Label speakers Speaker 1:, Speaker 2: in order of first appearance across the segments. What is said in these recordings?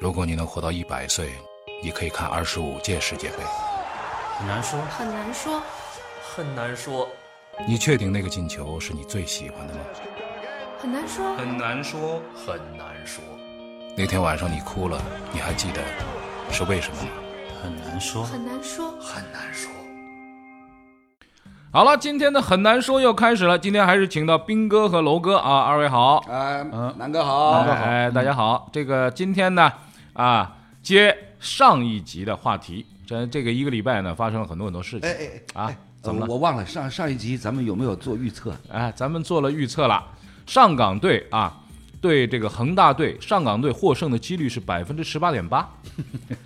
Speaker 1: 如果你能活到一百岁，你可以看二十五届世界杯。
Speaker 2: 很难说，
Speaker 3: 很难说。
Speaker 2: 很难说，
Speaker 1: 你确定那个进球是你最喜欢的吗？
Speaker 3: 很难说，
Speaker 2: 很难说，很难说，
Speaker 1: 那天晚上你哭了，你还记得是为什么吗？
Speaker 4: 很难说，
Speaker 3: 很难说。
Speaker 2: 很难说。
Speaker 5: 好了，今天的很难说又开始了。今天还是请到兵哥和楼哥啊，二位好，
Speaker 6: 哎，
Speaker 5: 嗯
Speaker 6: 南哥好，
Speaker 5: 哎，哎大家好。这个今天呢，啊，接上一集的话题，这这个一个礼拜呢，发生了很多很多事情
Speaker 6: 哎哎
Speaker 5: 啊，
Speaker 6: 呃
Speaker 5: 怎么了？
Speaker 6: 我忘了上上一集咱们有没有做预测？
Speaker 5: 哎，咱们做了预测了，上港队啊，对这个恒大队，上港队获胜的几率是百分之十八点八，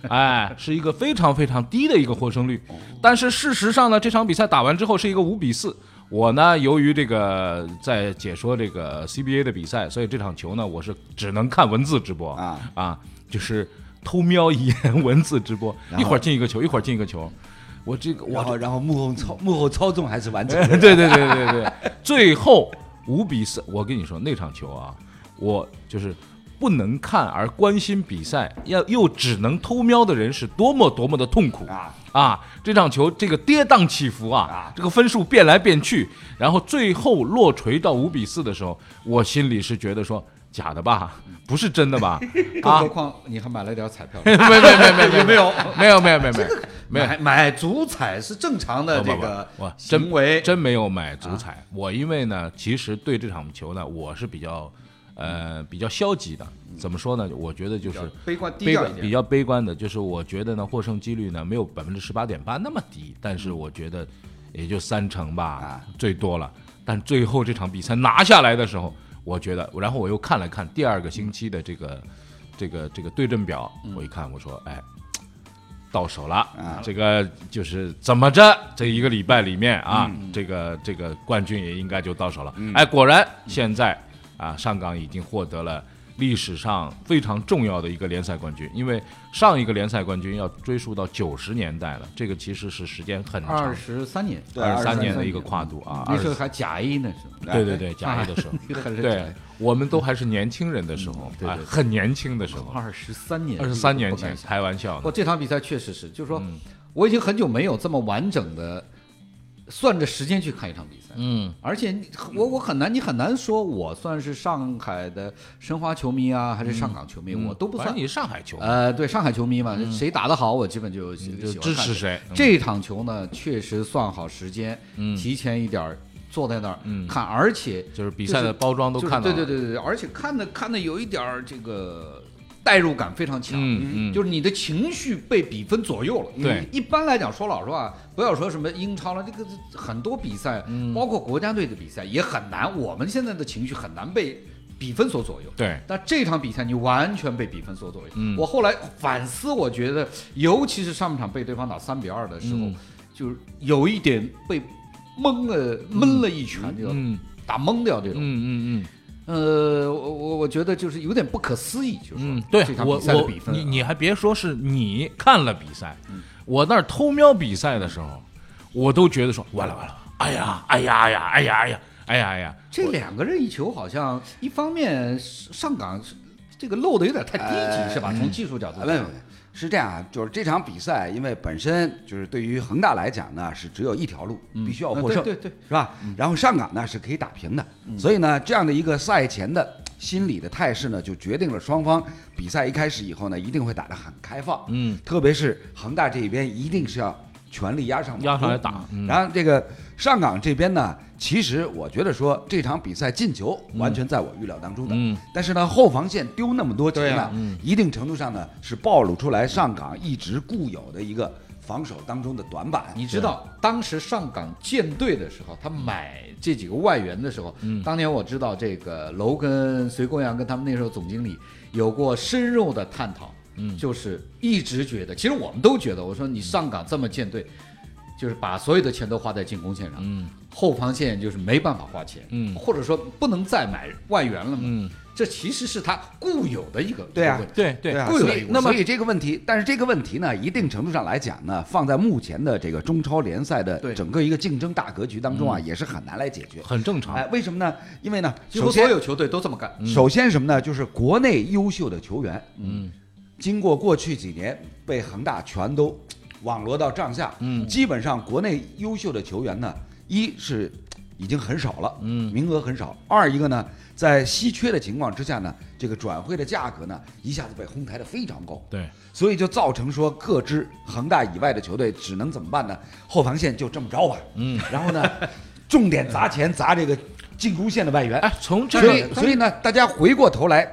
Speaker 5: 哎，是一个非常非常低的一个获胜率。
Speaker 6: 哦
Speaker 5: 但是事实上呢，这场比赛打完之后是一个五比四。我呢，由于这个在解说这个 CBA 的比赛，所以这场球呢，我是只能看文字直播
Speaker 6: 啊
Speaker 5: 啊，就是偷瞄一眼 文字直播，
Speaker 6: 然后
Speaker 5: 一会儿进一个球，一会儿进一个球，我这个我
Speaker 6: 然后然后幕 后操幕后操纵还是完整
Speaker 5: 对对对对对，最后五比四，我跟你说那场球啊，我就是不能看而关心比赛，要又只能偷瞄的人是多么多么的痛苦
Speaker 6: 啊！
Speaker 5: 啊！这场球这个跌宕起伏啊，
Speaker 6: 啊
Speaker 5: 这个分数变来变去，然后最后落锤到五比四的时候，我心里是觉得说假的吧，不是真的 吧？
Speaker 4: 嗯更
Speaker 5: 啊
Speaker 4: 何，况你还买了点彩票
Speaker 5: ，没没没没没没有没有没有没有 没有没有
Speaker 4: 买买足彩是正常的这个
Speaker 5: 我真
Speaker 4: 行为，啊
Speaker 5: 真没有买足彩。我因为呢，其实对这场球呢，我是比较呃比较消极的。怎么说呢？我觉得就是
Speaker 4: 比较悲观低
Speaker 5: 悲
Speaker 4: 调
Speaker 5: 观
Speaker 4: 一
Speaker 5: 比
Speaker 4: 点。
Speaker 5: 较悲观的，就是我觉得呢，获胜几率呢没有百分之十八点八那么低，但
Speaker 4: 嗯
Speaker 5: 是我觉得也就三成吧，
Speaker 6: 啊
Speaker 5: 最多了。但最后这场比赛拿下来的时候，我觉得，然后我又看了看第二个星期的这个、这个这个对阵表，
Speaker 4: 嗯
Speaker 5: 我一看，我说，哎。到手了，这个就是怎么着，这一个礼拜里面啊，这个这个冠军也应该就到手了。哎，果然现在啊，上港已经获得了历史上非常重要的一个联赛冠军，因为上一个联赛冠军要追溯到九十年代了，这个其实是时间很
Speaker 4: 二
Speaker 5: 长，
Speaker 4: 十三年，
Speaker 6: 对
Speaker 5: 二十
Speaker 6: 23
Speaker 5: 三年的一个跨度啊，
Speaker 4: 那
Speaker 5: 二
Speaker 4: 时候
Speaker 5: 十
Speaker 4: 还甲 A 呢，是吧？
Speaker 5: 对对对，甲 A 的时候。
Speaker 4: 那个还 是
Speaker 5: 对，我们都还是年轻人的时候，
Speaker 4: 对
Speaker 5: 啊
Speaker 4: 对对
Speaker 5: 很年轻的时候，
Speaker 4: 二十三年，
Speaker 5: 二十三年
Speaker 4: 不
Speaker 5: 前嗯
Speaker 4: 敢想
Speaker 5: 开玩笑呢
Speaker 4: 不，这场比赛确实是，就是说，我已经很久没有这么完整的算着时间去看一场比赛。
Speaker 5: 嗯，
Speaker 4: 而且你我我很难，你很难说我算是上海的申花球迷啊，还是上港球迷，我都不
Speaker 5: 嗯反
Speaker 4: 算
Speaker 5: 正。你上海球迷，
Speaker 4: 呃，对上海球迷嘛，谁打得好，我基本就喜
Speaker 5: 就
Speaker 4: 喜欢
Speaker 5: 支
Speaker 4: 看
Speaker 5: 持谁嗯
Speaker 4: 这场球呢，确实算好时间，提前一点儿坐在那儿
Speaker 5: 嗯
Speaker 4: 看，而且
Speaker 5: 就是比赛的包装都
Speaker 4: 就是
Speaker 5: 看到了，
Speaker 4: 对对对对，而且看的看的有一点儿这个代入感非常强，
Speaker 5: 嗯嗯
Speaker 4: 就是你的情绪被比分左右了。嗯
Speaker 5: 对
Speaker 4: 一般来讲，说老实话，不要说什么英超了，这个很多比赛，
Speaker 5: 嗯
Speaker 4: 包括国家队的比赛也很难，我们现在的情绪很难被比分所左右。
Speaker 5: 对
Speaker 4: 但这场比赛你完全被比分所左右。
Speaker 5: 嗯
Speaker 4: 我后来反思，我觉得尤其是上半场被对方打三比二的时候，
Speaker 5: 嗯
Speaker 4: 就是有一点被蒙了闷了一拳，这种、
Speaker 5: 嗯
Speaker 4: 打懵掉这种。
Speaker 5: 嗯嗯
Speaker 4: 呃，我我我觉得就是有点不可思议，就是
Speaker 5: 嗯
Speaker 4: 说
Speaker 5: 嗯，对
Speaker 4: 这场
Speaker 5: 我
Speaker 4: 比赛的
Speaker 5: 我
Speaker 4: 比分啊，
Speaker 5: 你你还别说是你看了比赛，我那儿偷瞄比赛的时候，我都觉得说完了完了，哎呀哎呀哎呀哎呀哎呀哎呀哎呀，
Speaker 4: 这两个任意球好像一方面上港是这个漏的有点太低级是吧？从技术角度
Speaker 6: 啊，呃没有没有，是这样啊，就是这场比赛，因为本身就是对于恒大来讲呢，是只有一条路，必须要获胜，
Speaker 4: 嗯对对对
Speaker 6: 是吧？然后上港呢是可以打平的，所以呢，这样的一个赛前的心理的态势呢，就决定了双方比赛一开始以后呢，一定会打得很开放，
Speaker 5: 嗯，
Speaker 6: 特别是恒大这一边一定是要全力压上马
Speaker 5: 压上来
Speaker 6: 头
Speaker 5: 打，嗯
Speaker 6: 然后这个上港这边呢，其实我觉得说这场比赛进球完全在我预料当中的，
Speaker 5: 嗯
Speaker 6: 但是呢后防线丢那么多球
Speaker 4: 对
Speaker 6: 呢，
Speaker 4: 啊
Speaker 6: 一定程度上呢是暴露出来上港一直固有的一个防守当中的短板。
Speaker 4: 你知道当时上港建队的时候，他买这几个外援的时候，当年我知道这个楼跟隋公阳跟他们那时候总经理有过深入的探讨，嗯，就是一直觉得，其实我们都觉得，我说你上港这么建队，就是把所有的钱都花在进攻线上，嗯，后防线就是没办法花钱，嗯，或者说不能再买外援了嘛，嗯，这其实是他固有的一个
Speaker 6: 对啊
Speaker 4: 一个问题
Speaker 5: 对对
Speaker 6: 啊，
Speaker 4: 固有
Speaker 6: 所
Speaker 4: 的一
Speaker 6: 以
Speaker 4: 个
Speaker 6: 那么所以这个问题，但是这个问题呢，一定程度上来讲呢，放在目前的这个中超联赛的
Speaker 4: 对
Speaker 6: 整个一个竞争大格局当中啊，也是很难来解决。
Speaker 5: 很正常
Speaker 6: 哎，，为什么呢？因为呢，
Speaker 4: 几乎
Speaker 6: 首
Speaker 4: 所
Speaker 6: 先
Speaker 4: 有球队都这么干，
Speaker 6: 首先什么呢？就是国内优秀的球员，嗯，
Speaker 4: 经过过去几年被恒大全都网罗到帐下，嗯，基本上国内优秀的球员呢，一是已经很少了，嗯，名额很少；二一个呢，在稀缺的情况之下呢，这个转会的价格呢，一下子被哄抬得非常高，
Speaker 5: 对，
Speaker 4: 所以就造成说各支恒大以外的球队只能怎么办呢？后防线就这么着吧，嗯，然 后呢，重点砸钱砸这个进攻线的外援，
Speaker 5: 哎，从这
Speaker 4: 所以
Speaker 5: 个
Speaker 4: 所以呢，大家回过头来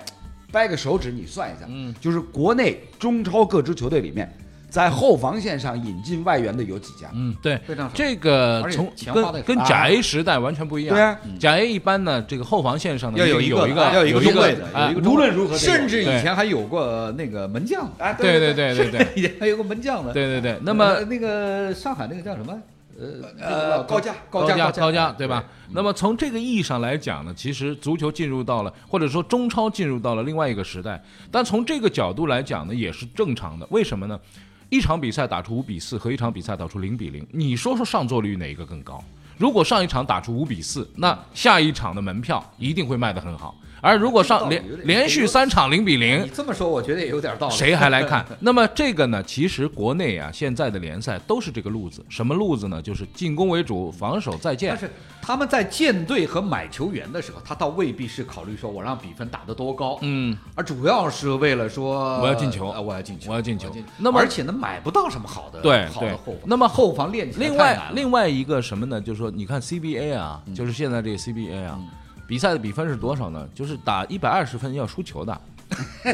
Speaker 4: 掰个手指，你算一下，嗯，就是国内中超各支球队里面，在后防线上引进外援的有几家？
Speaker 5: 嗯，对，
Speaker 1: 非常少
Speaker 5: 这个
Speaker 1: 而且
Speaker 5: 从
Speaker 1: 钱花得
Speaker 5: 跟
Speaker 1: 也
Speaker 5: 跟
Speaker 1: 大
Speaker 5: 甲 A 时代完全不一样。
Speaker 4: 对啊，
Speaker 5: 甲 A 一般呢，这个后防线上呢
Speaker 7: 要有
Speaker 5: 一
Speaker 7: 一
Speaker 5: 定有
Speaker 7: 个
Speaker 5: 一个
Speaker 7: 要有一个
Speaker 5: 有
Speaker 7: 中卫的
Speaker 5: 哎
Speaker 7: 有一个
Speaker 4: 无论如何得有，
Speaker 1: 甚至以前还有过那个门将，
Speaker 4: 啊，
Speaker 5: 对
Speaker 4: 对
Speaker 5: 对对对对
Speaker 1: 以前还有个门将呢。
Speaker 5: 对对对。那
Speaker 1: 那
Speaker 5: 么
Speaker 1: 那个上海那个叫什么？呃
Speaker 4: 呃，高价
Speaker 1: 高
Speaker 5: 价
Speaker 1: 价嗯
Speaker 5: 高
Speaker 1: 价
Speaker 5: 对吧？？那么从这个意义上来讲呢，其实足球进入到了，或者说中超进入到了另外一个时代。但从这个角度来讲呢，也是正常的。为什么呢？一场比赛打出五比四和一场比赛打出零比零，你说说上座率哪一个更高？如果上一场打出五比四，那下一场的门票一定会卖得很好。而如果上连连续三场零比零
Speaker 1: 你，这么说，我觉得也有点道理。
Speaker 5: 谁还来看？ 那么这个呢？其实国内啊，现在的联赛都是这个路子。什么路子呢？就是进攻为主，防守再见
Speaker 1: 但。是他们在建队和买球员的时候，他倒未必是考虑说我让比分打得多高，
Speaker 5: 嗯，
Speaker 1: 而主要是为了说
Speaker 5: 我要进球
Speaker 1: 呃我要进球，
Speaker 5: 我要进球那
Speaker 1: 那
Speaker 5: 么
Speaker 1: 么而且呢，买不到什么好的
Speaker 5: 对
Speaker 1: 好
Speaker 5: 对
Speaker 1: 的后防，
Speaker 5: 那么
Speaker 1: 后防练起来
Speaker 5: 另
Speaker 1: 太难
Speaker 5: 外
Speaker 1: 了嗯
Speaker 5: 另外一个什么呢？就是说，你看 CBA 啊，就是现在这个 CBA 啊，比赛的比分是多少呢？就是打一百二十分要输球的。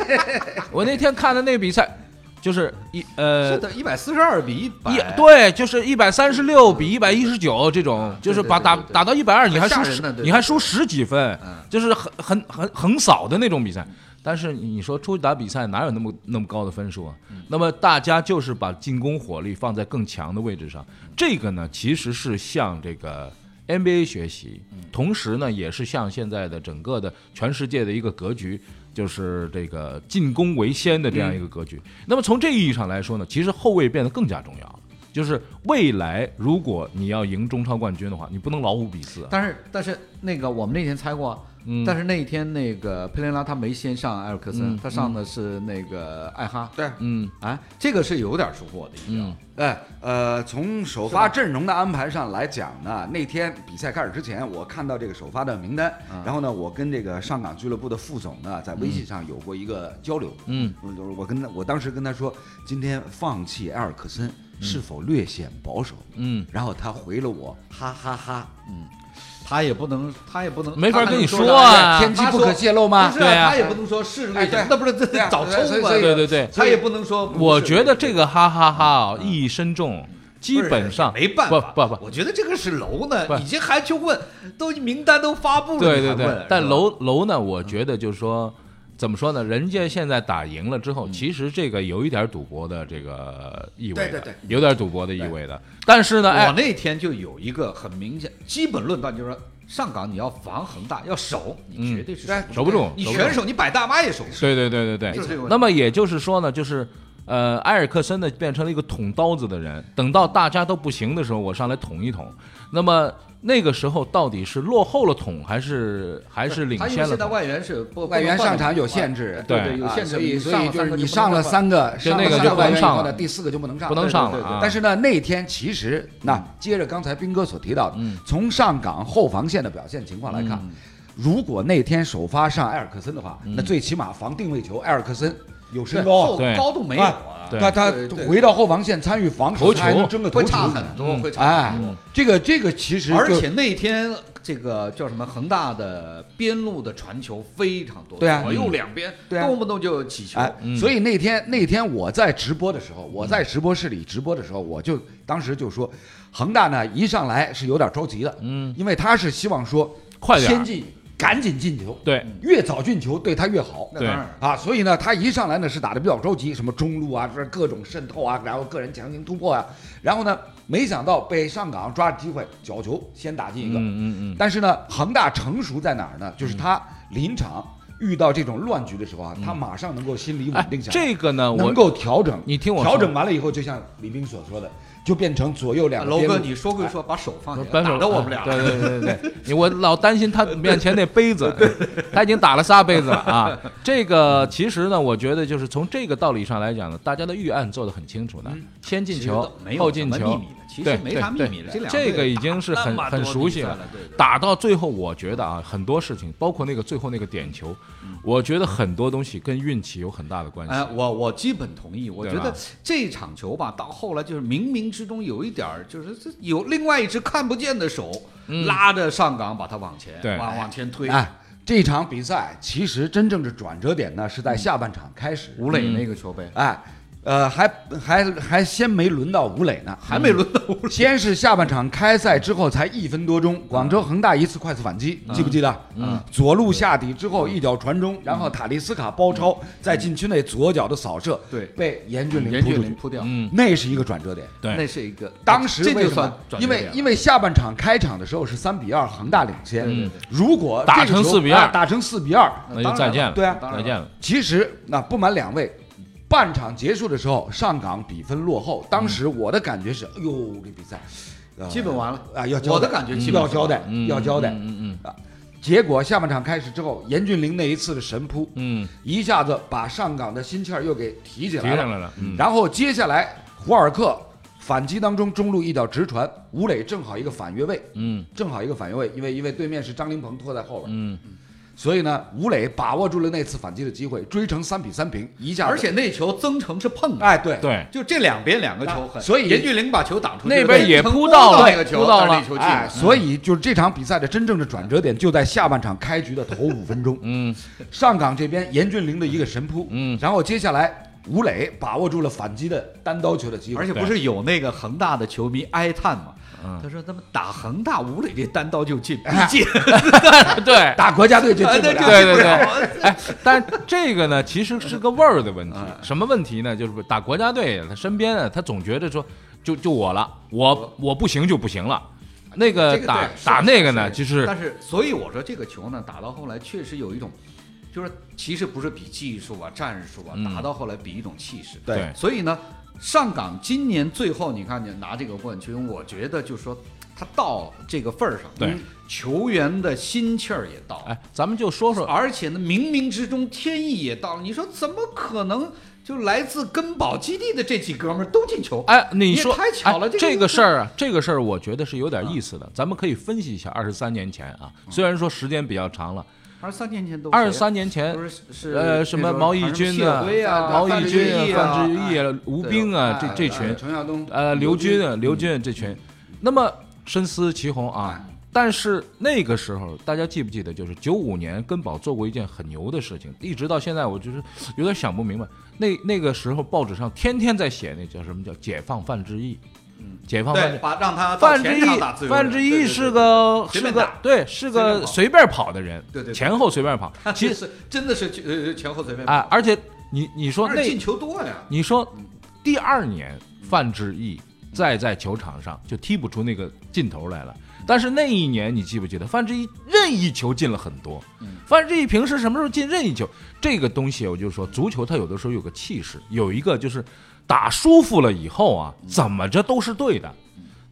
Speaker 5: 我那天看的那个比赛，就是一呃
Speaker 1: 是。的，一百四十二比一
Speaker 5: 一
Speaker 1: 百，
Speaker 5: 对，就是一百三十六比一百一十九这种，就是把打
Speaker 1: 啊对对对
Speaker 5: 打到一百二，你还
Speaker 1: 很吓
Speaker 5: 输
Speaker 1: 人
Speaker 5: 十
Speaker 1: 的对
Speaker 5: 你还输十几分
Speaker 1: 嗯，
Speaker 5: 就是很很很横扫的那种比赛。但是你说出去打比赛哪有那么那么高的分数啊？那么大家就是把进攻火力放在更强的位置上，这个呢其实是向这个 NBA 学习，同时呢也是向现在的整个的全世界的一个格局，就是这个进攻为先的这样一个格局。那么从这意义上来说呢，其实后卫变得更加重要了。就是未来，如果你要赢中超冠军的话，你不能老五比四啊。
Speaker 1: 但是但是那个我们那天猜过啊，
Speaker 5: 嗯
Speaker 1: 但是那一天那个佩雷拉他没先上埃尔克森，他上的是那个艾哈，
Speaker 4: 对，
Speaker 5: 嗯，
Speaker 1: 哎，这个是有点出乎我的意料。
Speaker 4: 哎，呃，从首发阵容的安排上来讲呢，那天比赛开始之前，我看到这个首发的名单，
Speaker 1: 嗯
Speaker 4: 然后呢，我跟这个上港俱乐部的副总呢，在微信上有过一个交流。
Speaker 5: 嗯
Speaker 4: 我，我我跟他，我当时跟他说，今天放弃埃尔克森是否略显保守？
Speaker 5: 嗯，
Speaker 4: 然后他回了我，哈哈哈
Speaker 1: 嗯他也不能，他也不能，
Speaker 5: 没法
Speaker 1: 他
Speaker 5: 跟你
Speaker 1: 能
Speaker 5: 说啊
Speaker 1: 哎
Speaker 4: 天机不可泄露吗
Speaker 1: 不是
Speaker 5: 对啊
Speaker 1: 啊，他也不能说是
Speaker 4: 哎
Speaker 1: 那
Speaker 4: 对
Speaker 1: 个，那不是这
Speaker 4: 对啊
Speaker 1: 这找抽
Speaker 4: 所以
Speaker 1: 吗？
Speaker 4: 所以
Speaker 5: 对对对，
Speaker 1: 他也不能说不是。
Speaker 5: 我觉得这个哈哈哈啊意义深重，基本上
Speaker 1: 不是没办法，
Speaker 5: 不不不，
Speaker 1: 我觉得这个是楼呢
Speaker 5: 不，
Speaker 1: 已经还去问，都名单都发布了，
Speaker 5: 对
Speaker 1: 你
Speaker 5: 对
Speaker 1: 还问
Speaker 5: 对。但楼楼呢，我觉得就是说，怎么说呢？人家现在打赢了之后，其实这个有一点赌博的这个意味的，
Speaker 4: 对对对
Speaker 5: 有点赌博的意味的。但是呢，
Speaker 1: 我
Speaker 5: 哎，
Speaker 1: 那天就有一个很明显基本论断，就是说上港你要防恒大，要守，你绝对是
Speaker 4: 嗯
Speaker 5: 守不住，
Speaker 1: 你
Speaker 5: 守不住
Speaker 1: 全守，你摆大妈也守不住。
Speaker 5: 对对对对
Speaker 1: 没错
Speaker 5: 对。那么也就是说呢，就是呃，埃尔克森呢变成了一个捅刀子的人，等到大家都不行的时候，我上来捅一捅。那么那个时候到底是落后了捅，还是还是领
Speaker 1: 他因为
Speaker 5: 先了
Speaker 1: 现在
Speaker 5: 捅？
Speaker 1: 外援是不
Speaker 4: 外援上场有限制，
Speaker 5: 对
Speaker 1: 对有
Speaker 4: 啊
Speaker 1: 限制
Speaker 4: 所以所以就是你上
Speaker 1: 上
Speaker 4: 了
Speaker 1: 了
Speaker 4: 三
Speaker 1: 三
Speaker 4: 个，
Speaker 5: 就
Speaker 4: 上了
Speaker 5: 那个
Speaker 4: 三
Speaker 5: 就不
Speaker 4: 外
Speaker 5: 能
Speaker 4: 援以
Speaker 5: 上
Speaker 4: 后
Speaker 5: 了
Speaker 4: 呢，第四个就不能上，
Speaker 5: 不能
Speaker 4: 对
Speaker 5: 上
Speaker 1: 对
Speaker 5: 了
Speaker 1: 对
Speaker 5: 啊！嗯
Speaker 4: 但是呢，那天其实那接着刚才斌哥所提到的，从上港后防线的表现情况来
Speaker 5: 嗯
Speaker 4: 看，如果那天首发上埃尔克森的话，那最起码防定位球，埃尔克森有身高
Speaker 1: 后，
Speaker 5: 对
Speaker 1: 高度没有啊，
Speaker 5: 对
Speaker 4: 那他
Speaker 1: 对对
Speaker 4: 回到后防线参与防守，
Speaker 5: 头球
Speaker 4: 他还能争个头
Speaker 1: 会
Speaker 4: 球
Speaker 1: 差很
Speaker 5: 嗯
Speaker 1: 多，会差
Speaker 4: 哎
Speaker 1: 很多。，
Speaker 4: 这个这个其实就
Speaker 1: 而且那天这个叫什么恒大的边路的传球非常多，
Speaker 4: 对啊
Speaker 1: 左右两边
Speaker 4: 对啊
Speaker 1: 动不动就起球，
Speaker 4: 哎，
Speaker 5: 嗯
Speaker 4: 所以那天那天我在直播的时候，我在直播室里直播的时候，我就当时就说，恒大呢一上来是有点着急的，嗯，因为他是希望说
Speaker 5: 快点儿
Speaker 4: 先进，赶紧进球，
Speaker 5: 对，
Speaker 4: 越早进球对他越好，
Speaker 5: 对当然
Speaker 4: 啊，所以呢，他一上来呢是打的比较着急，什么中路啊，这各种渗透啊，然后个人强行突破啊，然后呢，没想到被上港抓着机会角球先打进一个，
Speaker 5: 嗯嗯嗯，
Speaker 4: 但是呢，恒大成熟在哪儿呢？就是他临场遇到这种乱局的时候啊，他马上能够心理
Speaker 5: 嗯哎
Speaker 4: 稳定，下来，
Speaker 5: 这个呢，我
Speaker 4: 能够调整。
Speaker 5: 你听我说
Speaker 4: 调整完了以后，就像李斌所说的，
Speaker 6: 就变成左右两个
Speaker 4: 楼
Speaker 6: 边
Speaker 4: 哥，
Speaker 6: 路
Speaker 4: 你说归说，把手放下，
Speaker 5: 扳
Speaker 4: 打
Speaker 5: 手
Speaker 4: 得我们俩。
Speaker 5: 对对对对对，因为我老担心他面前那杯子，他已经打了仨杯子了啊。这个其实呢，我觉得就是从这个道理上来讲呢，大家的预案做得很清楚的，
Speaker 4: 嗯
Speaker 5: 先进球
Speaker 4: 没、有
Speaker 5: 后进
Speaker 4: 什么
Speaker 5: 球
Speaker 4: 秘密的，其
Speaker 5: 对
Speaker 4: 实没啥秘密
Speaker 5: 对
Speaker 4: 的这两
Speaker 5: 这
Speaker 4: 队
Speaker 5: 个已经是
Speaker 4: 打那
Speaker 5: 很
Speaker 4: 么
Speaker 5: 很
Speaker 4: 多
Speaker 5: 熟
Speaker 4: 比
Speaker 5: 悉
Speaker 4: 赛
Speaker 5: 了
Speaker 4: 了对对。对
Speaker 5: 打到最后，我觉得啊，很多事情，包括那个最后那个点球，我觉得很多东西跟运气有很大的关系
Speaker 4: 嗯哎，。我我基本同意。我
Speaker 5: 对
Speaker 4: 觉
Speaker 5: 吧
Speaker 4: 得这场球吧，到后来就是冥冥之中有一点儿，就是这有另外一只看不见的手、拉着上港把他往前，
Speaker 5: 对
Speaker 4: 往往前推。
Speaker 6: 哎，这场比赛其实真正的转折点呢是在下半场开始。
Speaker 4: 吴磊那个球呗，
Speaker 6: 哎，呃，还还还先没轮到吴磊呢，嗯
Speaker 4: 还没轮到吴磊。
Speaker 6: 先是下半场开赛之后才一分多钟，广
Speaker 4: 嗯
Speaker 6: 州恒大一次快速反击，记不记得？嗯，左路下底之
Speaker 4: 嗯
Speaker 6: 后一脚传中，然后塔利斯卡包抄，在禁区内左脚的扫射，
Speaker 4: 对
Speaker 6: 被严俊凌
Speaker 4: 严
Speaker 6: 扑
Speaker 4: 俊
Speaker 6: 出
Speaker 4: 凌
Speaker 6: 去，
Speaker 4: 扑掉，
Speaker 5: 嗯，
Speaker 6: 那是一个转折点。
Speaker 5: 对
Speaker 4: 那是一个，
Speaker 6: 当时
Speaker 4: 这
Speaker 6: 为
Speaker 4: 就
Speaker 6: 什
Speaker 4: 算
Speaker 6: 么？
Speaker 4: 转折
Speaker 6: 因为
Speaker 4: 点了
Speaker 6: 因为下半场开场的时候是三比二恒大领先，
Speaker 4: 对对对
Speaker 6: 如果
Speaker 5: 打
Speaker 6: 这个
Speaker 5: 成
Speaker 6: 球
Speaker 5: 4比2
Speaker 6: 哎打成四比二，
Speaker 5: 那就再见了，
Speaker 6: 对啊
Speaker 4: 当然
Speaker 5: 再
Speaker 4: 了
Speaker 5: 见了。
Speaker 6: 其实那不瞒两位，半场结束的时候，上港比分落后，当时我的感觉是，哎呦，这比赛、呃
Speaker 4: 基本完了
Speaker 6: 啊，要交代
Speaker 4: 我的感觉基本
Speaker 6: 要交代，
Speaker 5: 嗯
Speaker 6: 要交代。啊
Speaker 5: 嗯嗯
Speaker 6: 结果下半场开始之后，严俊凌那一次的神扑，
Speaker 5: 嗯，
Speaker 6: 一下子把上港的心气儿又给提起
Speaker 5: 嗯
Speaker 6: 来
Speaker 5: 提
Speaker 6: 了。
Speaker 5: 上来了。嗯，
Speaker 6: 然后接下来胡尔克反击当中，中路一脚直传，吴磊正好一个反越位，
Speaker 5: 嗯，
Speaker 6: 正好一个反越位，因为因为对面是张琳芃拖在后边，
Speaker 5: 嗯，
Speaker 6: 所以呢，吴磊把握住了那次反击的机会，追成三比三平，一下子，
Speaker 4: 而且那球曾诚是碰的，
Speaker 6: 哎对，
Speaker 5: 对，
Speaker 4: 就这两边两个球很，
Speaker 6: 所以
Speaker 4: 严俊凌把球挡出去，
Speaker 5: 那边也
Speaker 4: 曾
Speaker 5: 扑
Speaker 4: 扑
Speaker 5: 到了
Speaker 4: 那个球，
Speaker 5: 扑到
Speaker 4: 但是
Speaker 5: 了
Speaker 4: 那球进嗯
Speaker 6: 哎，
Speaker 4: 了。
Speaker 6: 所以就是这场比赛的真正的转折点就在下半场开局的头五分钟。
Speaker 5: 嗯，
Speaker 6: 上港这边严俊凌的一个神扑，
Speaker 5: 嗯
Speaker 6: 然后接下来吴磊把握住了反击的单刀球的机会，
Speaker 4: 而且不是有那个恒大的球迷哀叹吗？
Speaker 5: 嗯
Speaker 4: 他说：“他们打恒大，吴磊这单刀就进，必进。
Speaker 5: 对，
Speaker 6: 打国家队就进
Speaker 4: 哎
Speaker 6: 不
Speaker 4: 对
Speaker 6: 了
Speaker 4: 这
Speaker 5: 对对对，哎，但这个呢，其实是个味儿的问题。
Speaker 4: 嗯
Speaker 5: 什么问题呢？就是打国家队，他身边啊，他总觉得说，就就我了，我我不行就不行了。那个
Speaker 4: 这个
Speaker 5: 打
Speaker 4: 对是啊
Speaker 5: 打那个呢，
Speaker 4: 是
Speaker 5: 就是
Speaker 4: 但是所以我说这个球呢，打到后来确实有一种，就是其实不是比技术啊、战术啊，
Speaker 5: 嗯
Speaker 4: 打到后来比一种气势。
Speaker 6: 对
Speaker 5: 对
Speaker 4: 所以呢，上港今年最后你看见拿这个冠军，我觉得就说他到这个份儿上，嗯
Speaker 5: 对，
Speaker 4: 球员的心气儿也到，
Speaker 5: 哎，咱们就说说，
Speaker 4: 而且呢，冥冥之中天意也到了。你说怎么可能？就来自根宝基地的这几哥们儿都进球，
Speaker 5: 哎，你说
Speaker 4: 也太巧了
Speaker 5: 哎这
Speaker 4: 这个嗯
Speaker 5: 个事儿啊，这个事儿我觉得是有点意思的。咱们可以分析一下二十三年前啊，虽然说时间比较长了，
Speaker 4: 二十三年嗯前都啊
Speaker 5: 二十三年前
Speaker 4: 不是是
Speaker 5: 呃，什么毛义军
Speaker 4: 啊、
Speaker 5: 啊
Speaker 4: 谢辉啊、
Speaker 5: 毛
Speaker 4: 范
Speaker 5: 义
Speaker 4: 志
Speaker 5: 军
Speaker 4: 毅
Speaker 5: 啊、范志毅
Speaker 4: 啊哎
Speaker 5: 啊、吴斌啊，这这群
Speaker 6: 程晓东
Speaker 5: 呃，刘军啊，
Speaker 4: 嗯
Speaker 5: 刘军这群，那么深思齐红啊。但是那个时候，大家记不记得，就是九五年根宝做过一件很牛的事情，一直到现在，我就是有点想不明白。那那个时候，报纸上天天在写那叫什么叫“解放范志毅”，解放范
Speaker 4: 嗯对，
Speaker 5: 志。
Speaker 4: 把让他到
Speaker 5: 范志
Speaker 4: 前
Speaker 5: 毅
Speaker 4: 场打自，由
Speaker 5: 范
Speaker 4: 人
Speaker 5: 志
Speaker 4: 对
Speaker 5: 毅
Speaker 4: 对
Speaker 5: 是
Speaker 4: 对
Speaker 5: 个
Speaker 4: 随
Speaker 5: 是
Speaker 4: 便
Speaker 5: 个
Speaker 4: 打
Speaker 5: 对是
Speaker 4: 随便
Speaker 5: 个
Speaker 4: 跑
Speaker 5: 随便跑的人，
Speaker 4: 对对对
Speaker 5: 前后随便跑。
Speaker 4: 他
Speaker 5: 其
Speaker 4: 其
Speaker 5: 实
Speaker 4: 实真的 是呃前后随便
Speaker 5: 啊，而且你你说
Speaker 4: 而
Speaker 5: 那
Speaker 4: 且进球多呀，
Speaker 5: 你说第二年范志毅再在球场上就踢不出那个劲头来了，但是那一年你记不记得范志毅任意球进了很多？范志毅平时什么时候进任意球？这个东西我就说，足球它有的时候有个气势，有一个就是打舒服了以后啊，怎么着都是对的。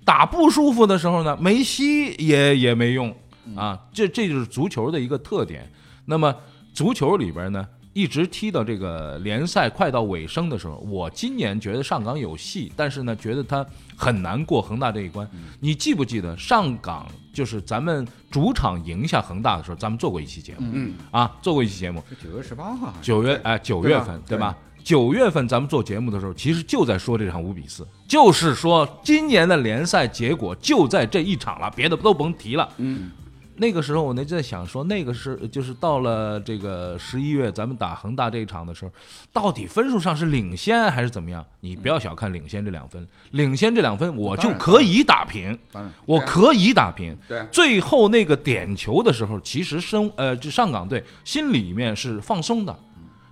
Speaker 5: 打不舒服的时候呢，梅西也也没用啊，这这就是足球的一个特点。那么足球里边呢，一直踢到这个联赛快到尾声的时候，我今年觉得上港有戏，但是呢，觉得他很难过恒大这一关。你记不记得上港就是咱们主场赢下恒大的时候，咱们做过一期节目，
Speaker 6: 嗯
Speaker 5: 啊，做过一期节目，
Speaker 4: 九月十八号，
Speaker 5: 九月哎九
Speaker 6: 对
Speaker 5: 月
Speaker 6: 吧
Speaker 5: 份对吧？九月份咱们做节目的时候，其实就在说这场五比四，就是说今年的联赛结果就在这一场了，别的都甭提了。
Speaker 6: 嗯，
Speaker 5: 那个时候我那就在想说，那个是就是到了这个十一月，咱们打恒大这一场的时候，到底分数上是领先还是怎么样？你不要小看领先这两分，领先这两分我就
Speaker 4: 当然
Speaker 5: 可以打平，
Speaker 4: 当然
Speaker 5: 我可以打平。
Speaker 6: 啊对啊
Speaker 5: 最后那个点球的时候，其实身呃这上港队心里面是放松的，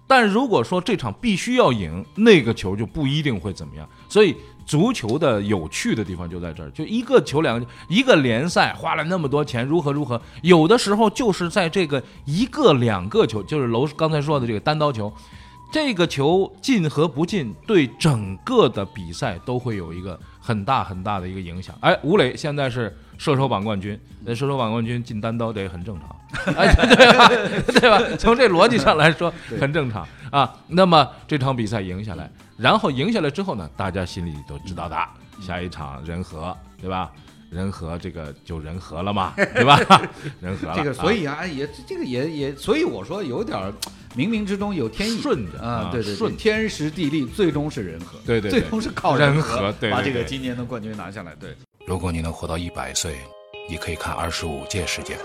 Speaker 5: 但如果说这场必须要赢，那个球就不一定会怎么样。所以足球的有趣的地方就在这儿，就一个球两个球一个联赛花了那么多钱，如何如何，有的时候就是在这个一个两个球，就是楼刚才说的这个单刀球。这个球进和不进，对整个的比赛都会有一个很大很大的一个影响。哎，吴磊现在是射手榜冠军，那射手榜冠军进单刀这也很正常，哎，对吧？对吧？从这逻辑上来说很正常啊。那么这场比赛赢下来，然后赢下来之后呢，大家心里都知道的，下一场仁和，对吧？仁和这个就仁和了嘛，对 吧？仁和了，
Speaker 6: 这个所
Speaker 5: 啊
Speaker 6: 以啊，哎也这个也也，所以我说有点儿冥冥之中有天意，
Speaker 5: 顺着
Speaker 6: 啊
Speaker 5: 啊，
Speaker 6: 对对，对
Speaker 5: 顺着
Speaker 6: 天时地利，最终是人和，
Speaker 5: 对对对
Speaker 6: 最终是靠
Speaker 5: 人
Speaker 6: 和
Speaker 5: 和对
Speaker 6: 把
Speaker 5: 对
Speaker 6: 这个
Speaker 5: 对
Speaker 6: 今年的冠军拿下来，对，
Speaker 1: 如果你能活到一百岁，你可以看二十五届世界杯。